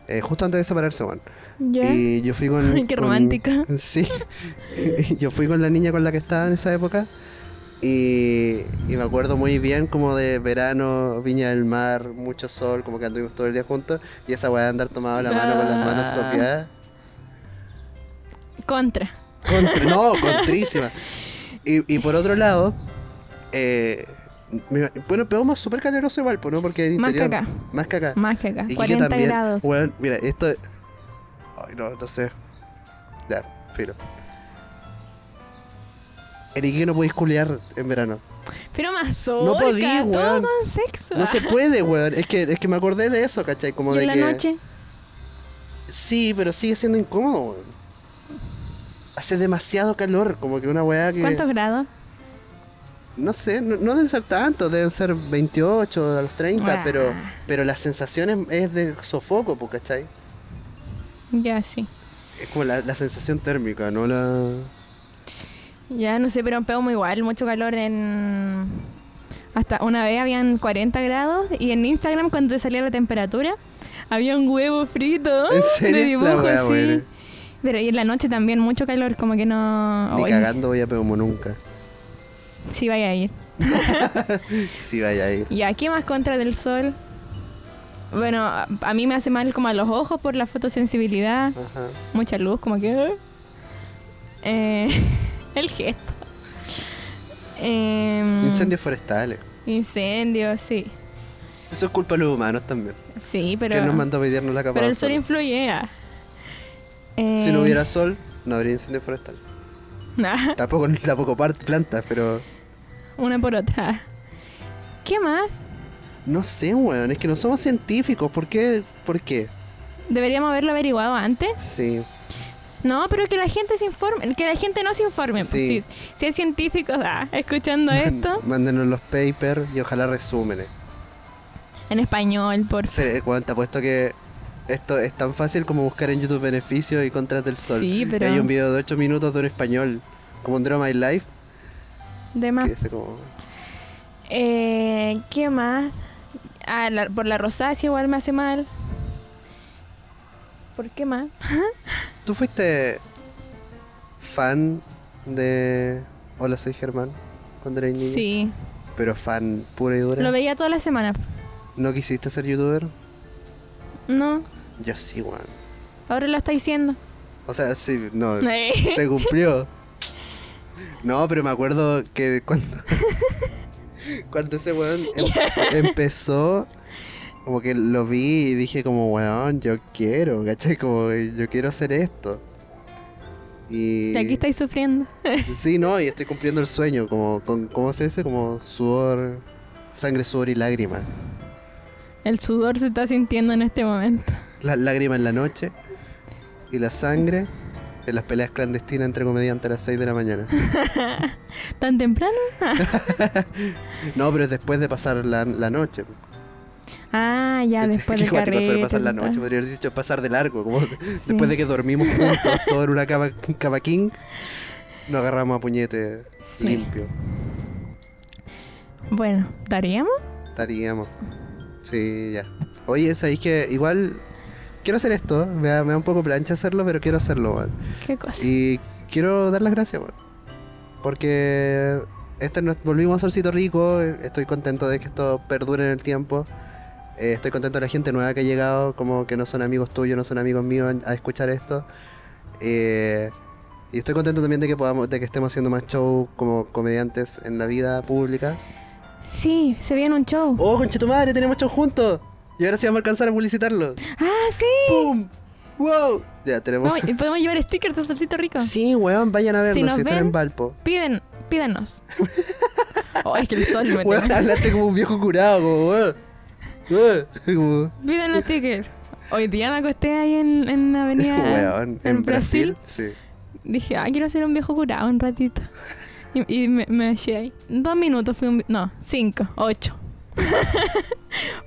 [SPEAKER 2] Eh, justo antes de separarse, weón.
[SPEAKER 1] ya.
[SPEAKER 2] Y yo fui con.
[SPEAKER 1] Qué
[SPEAKER 2] con-
[SPEAKER 1] romántica.
[SPEAKER 2] sí. yo fui con la niña con la que estaba en esa época. Y, y me acuerdo muy bien como de verano, viña del mar, mucho sol, como que anduvimos todo el día juntos. Y esa weá de andar tomado la mano con las manos
[SPEAKER 1] Ah.
[SPEAKER 2] sopeadas.
[SPEAKER 1] Contra.
[SPEAKER 2] Contr- no, contrísima. Y, y por otro lado, eh, me- bueno, pero más súper caluroso igual, pues, ¿no? Porque el
[SPEAKER 1] Más
[SPEAKER 2] interior,
[SPEAKER 1] caca.
[SPEAKER 2] Más caca.
[SPEAKER 1] Más que acá.
[SPEAKER 2] Y Quique
[SPEAKER 1] 40
[SPEAKER 2] también.
[SPEAKER 1] grados.
[SPEAKER 2] Weón, mira, esto. Ay, no, no sé. Ya, filo. En Iquique no podéis culiar en verano.
[SPEAKER 1] Pero más No
[SPEAKER 2] No podí,
[SPEAKER 1] Todo
[SPEAKER 2] weón.
[SPEAKER 1] con sexo. Ah,
[SPEAKER 2] No se puede, weón. Es que, es que me acordé de eso, ¿cachai? Como
[SPEAKER 1] y
[SPEAKER 2] de
[SPEAKER 1] en la
[SPEAKER 2] que.
[SPEAKER 1] noche.
[SPEAKER 2] Sí, pero sigue siendo incómodo, weón. Hace demasiado calor, como que una weá que.
[SPEAKER 1] ¿Cuántos grados?
[SPEAKER 2] No sé, no, no deben ser tanto, deben ser 28 a los 30,
[SPEAKER 1] Ah.
[SPEAKER 2] pero, pero la sensación es, es de sofoco, pues, ¿cachai?
[SPEAKER 1] Ya, sí.
[SPEAKER 2] Es como la, la sensación térmica, ¿no? La...
[SPEAKER 1] Ya, no sé, pero en Peumo igual, mucho calor en... Hasta una vez habían 40 grados y en Instagram cuando te salía la temperatura había un huevo frito
[SPEAKER 2] ¿En serio?
[SPEAKER 1] de
[SPEAKER 2] La
[SPEAKER 1] dibujo,
[SPEAKER 2] wea
[SPEAKER 1] sí.
[SPEAKER 2] buena.
[SPEAKER 1] Pero y en la noche también mucho calor, como que no...
[SPEAKER 2] Ni
[SPEAKER 1] Ay,
[SPEAKER 2] cagando voy a Peumo nunca.
[SPEAKER 1] sí, vaya a ir.
[SPEAKER 2] Sí, vaya ahí.
[SPEAKER 1] ¿Y aquí más contra del sol? Bueno, a, a mí me hace mal como a los ojos por la fotosensibilidad,
[SPEAKER 2] Ajá.
[SPEAKER 1] mucha luz, como que... ah. Eh, el gesto. Em,
[SPEAKER 2] Incendios forestales.
[SPEAKER 1] Incendios, sí.
[SPEAKER 2] Eso es culpa de los humanos también.
[SPEAKER 1] Sí,
[SPEAKER 2] que nos
[SPEAKER 1] pero,
[SPEAKER 2] mandó a pedirnos la capa
[SPEAKER 1] pero
[SPEAKER 2] de
[SPEAKER 1] el sol
[SPEAKER 2] ozono.
[SPEAKER 1] influye. ah.
[SPEAKER 2] Si
[SPEAKER 1] Eh,
[SPEAKER 2] no hubiera sol, no habría incendio forestal.
[SPEAKER 1] nah,
[SPEAKER 2] Tampoco, tampoco par- plantas, pero...
[SPEAKER 1] una por otra. ¿Qué más?
[SPEAKER 2] No sé, weón. Es que no somos científicos. ¿Por qué? ¿Por qué?
[SPEAKER 1] Deberíamos haberlo averiguado antes.
[SPEAKER 2] Sí.
[SPEAKER 1] No, pero que la gente se informe, que la gente no se informe. pues,
[SPEAKER 2] Sí.
[SPEAKER 1] si, si hay científicos ah, escuchando esto
[SPEAKER 2] Mándenos los papers y ojalá resúmenes.
[SPEAKER 1] en español, por
[SPEAKER 2] Sí, eh, weón, te apuesto que esto es tan fácil como buscar en YouTube beneficios y contras del sol.
[SPEAKER 1] Sí,
[SPEAKER 2] Y
[SPEAKER 1] pero-
[SPEAKER 2] hay un video de 8 minutos de un español, como un Drama My Life,
[SPEAKER 1] demás.
[SPEAKER 2] que dice como...
[SPEAKER 1] Eh, ¿Qué más? Ah, la- por la rosácea igual me hace mal. ¿Por qué más?
[SPEAKER 2] ¿Tú fuiste fan de Hola Soy Germán cuando eras niño?
[SPEAKER 1] Sí,
[SPEAKER 2] Pero fan pura y dura.
[SPEAKER 1] lo veía toda la semana.
[SPEAKER 2] ¿No quisiste ser youtuber?
[SPEAKER 1] No,
[SPEAKER 2] Yo sí, weón.
[SPEAKER 1] ahora lo está diciendo.
[SPEAKER 2] O sea, sí, no.
[SPEAKER 1] Eh.
[SPEAKER 2] se cumplió. No, pero me acuerdo que cuando. cuando ese weón em- empezó. Como que lo vi y dije como, weón, yo quiero, ¿cachai? Como, yo quiero hacer esto. Y...
[SPEAKER 1] Y aquí estáis sufriendo.
[SPEAKER 2] Sí, no, y estoy cumpliendo el sueño, como, con, ¿cómo se dice? Como sudor, sangre, sudor y lágrima.
[SPEAKER 1] El sudor se está sintiendo en este momento.
[SPEAKER 2] Las lágrimas en la noche y la sangre en las peleas clandestinas entre comediantes a las 6 de la mañana.
[SPEAKER 1] ¿Tan temprano?
[SPEAKER 2] No, pero es después de pasar la, la noche. Este,
[SPEAKER 1] Ah, ya, después del
[SPEAKER 2] Qué cuático
[SPEAKER 1] carrete.
[SPEAKER 2] eso de pasar la
[SPEAKER 1] y tal.
[SPEAKER 2] noche, podría haber dicho pasar de largo, como después de que dormimos juntos, todo en una cama, cama king, nos agarramos a puñete
[SPEAKER 1] Sí.
[SPEAKER 2] limpio. pues.
[SPEAKER 1] Bueno, ¿daríamos?
[SPEAKER 2] Estaríamos. Sí, ya. Oye, sabéis que igual quiero hacer esto, me da, me da un poco plancha hacerlo, pero quiero hacerlo, weón.
[SPEAKER 1] ¿Qué cosa?
[SPEAKER 2] Y quiero dar las gracias, weón. Porque este nos volvimos a Solcito Rico. eh, Estoy contento de que esto perdure en el tiempo. Eh, estoy contento de la gente nueva que ha llegado, como que no son amigos tuyos, no son amigos míos a escuchar esto. Eh, y estoy contento también de que podamos, de que estemos haciendo más show como comediantes en la vida pública.
[SPEAKER 1] Sí, se viene un show.
[SPEAKER 2] ¡Oh, conche tu madre! ¡Tenemos show juntos! Y ahora sí vamos a alcanzar a publicitarlo.
[SPEAKER 1] ¡Ah, sí!
[SPEAKER 2] ¡Pum! ¡Wow! Ya tenemos.
[SPEAKER 1] Vamos- y podemos llevar stickers de Soltito Rico.
[SPEAKER 2] Sí, weón, vayan a
[SPEAKER 1] Si
[SPEAKER 2] vernos si,
[SPEAKER 1] nos
[SPEAKER 2] están
[SPEAKER 1] ven,
[SPEAKER 2] en Valpo.
[SPEAKER 1] Piden, pídanos. Oh, es que el sol me
[SPEAKER 2] Weón,
[SPEAKER 1] tiene.
[SPEAKER 2] hablaste como un viejo curado, como weón. Weón, como-
[SPEAKER 1] Piden los tickets. Hoy día me acosté ahí en, en la avenida.
[SPEAKER 2] Weón, en, Brasil, sí.
[SPEAKER 1] Dije, ah, quiero ser un viejo curado un ratito. Y, y me, me eché ahí. Dos minutos fui un... vi- No, cinco, ocho.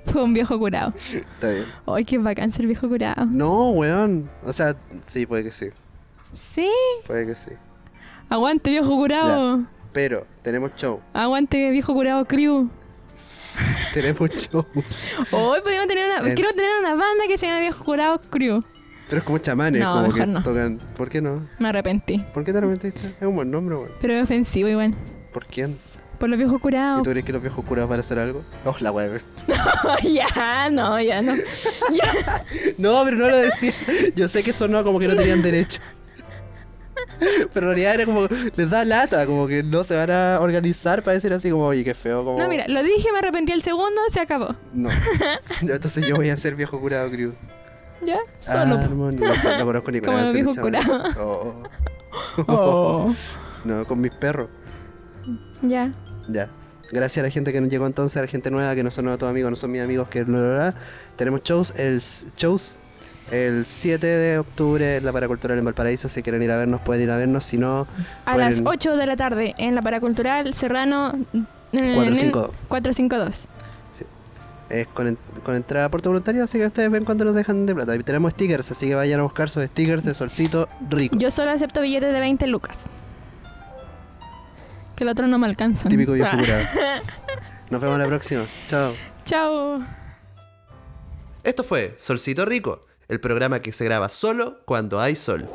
[SPEAKER 1] fue un viejo curado.
[SPEAKER 2] Está bien.
[SPEAKER 1] Ay, qué bacán ser viejo curado.
[SPEAKER 2] No, weón. O sea, sí, puede que sí.
[SPEAKER 1] Sí.
[SPEAKER 2] Puede que sí.
[SPEAKER 1] Aguante, viejo curado.
[SPEAKER 2] Pero tenemos show.
[SPEAKER 1] Aguante, viejo curado crew.
[SPEAKER 2] Tenemos show.
[SPEAKER 1] Hoy podemos tener una...
[SPEAKER 2] El-
[SPEAKER 1] Quiero tener una banda que se llame Viejo Curado Crew.
[SPEAKER 2] Pero es como chamanes,
[SPEAKER 1] No,
[SPEAKER 2] como
[SPEAKER 1] mejor
[SPEAKER 2] que
[SPEAKER 1] no.
[SPEAKER 2] tocan. ¿Por qué no?
[SPEAKER 1] Me arrepentí.
[SPEAKER 2] ¿Por qué te arrepentiste? Es un buen nombre, weón.
[SPEAKER 1] Pero es ofensivo igual.
[SPEAKER 2] ¿Por quién?
[SPEAKER 1] Por los viejos
[SPEAKER 2] ¿Y
[SPEAKER 1] curados.
[SPEAKER 2] tú crees que los viejos curados van a hacer algo? Oh, la weón.
[SPEAKER 1] Oh, ya, no, ya no. Ya.
[SPEAKER 2] No, pero no lo decía. Yo sé que sonó como que no tenían derecho. Pero en realidad era como, les da lata, como que no se van a organizar para decir así como, oye, qué feo, como...
[SPEAKER 1] No, mira, lo dije, me arrepentí el segundo, se acabó.
[SPEAKER 2] No. Entonces yo voy a ser viejo curado, creo.
[SPEAKER 1] Ya, solo.
[SPEAKER 2] Ah, hermano, no, sé, no conozco ninguna
[SPEAKER 1] Como
[SPEAKER 2] canción
[SPEAKER 1] viejo
[SPEAKER 2] de Chayanne. Oh.
[SPEAKER 1] Oh.
[SPEAKER 2] No, con mis perros.
[SPEAKER 1] Ya.
[SPEAKER 2] Ya. Gracias a la gente que nos llegó entonces, a la gente nueva, que no son nuevos tus amigos, no son mis amigos, que no, no, no. Tenemos shows, el s- shows el 7 de octubre en la Paracultural en Valparaíso. Si quieren ir a vernos, pueden ir a vernos. Si no,
[SPEAKER 1] A
[SPEAKER 2] Pueden-
[SPEAKER 1] las 8 de la tarde en la Paracultural Serrano.
[SPEAKER 2] 452.
[SPEAKER 1] 452.
[SPEAKER 2] es con, en- con entrada a aporte voluntario, así que ustedes ven cuánto nos dejan de plata. Y tenemos stickers, así que vayan a buscar sus stickers de solcito rico.
[SPEAKER 1] Yo solo acepto billetes de 20 lucas. Que el otro no me alcanza.
[SPEAKER 2] Típico viejo curado. Nos vemos la próxima. Chao.
[SPEAKER 1] Chao.
[SPEAKER 2] Esto fue Solcito Rico, el programa que se graba solo cuando hay sol.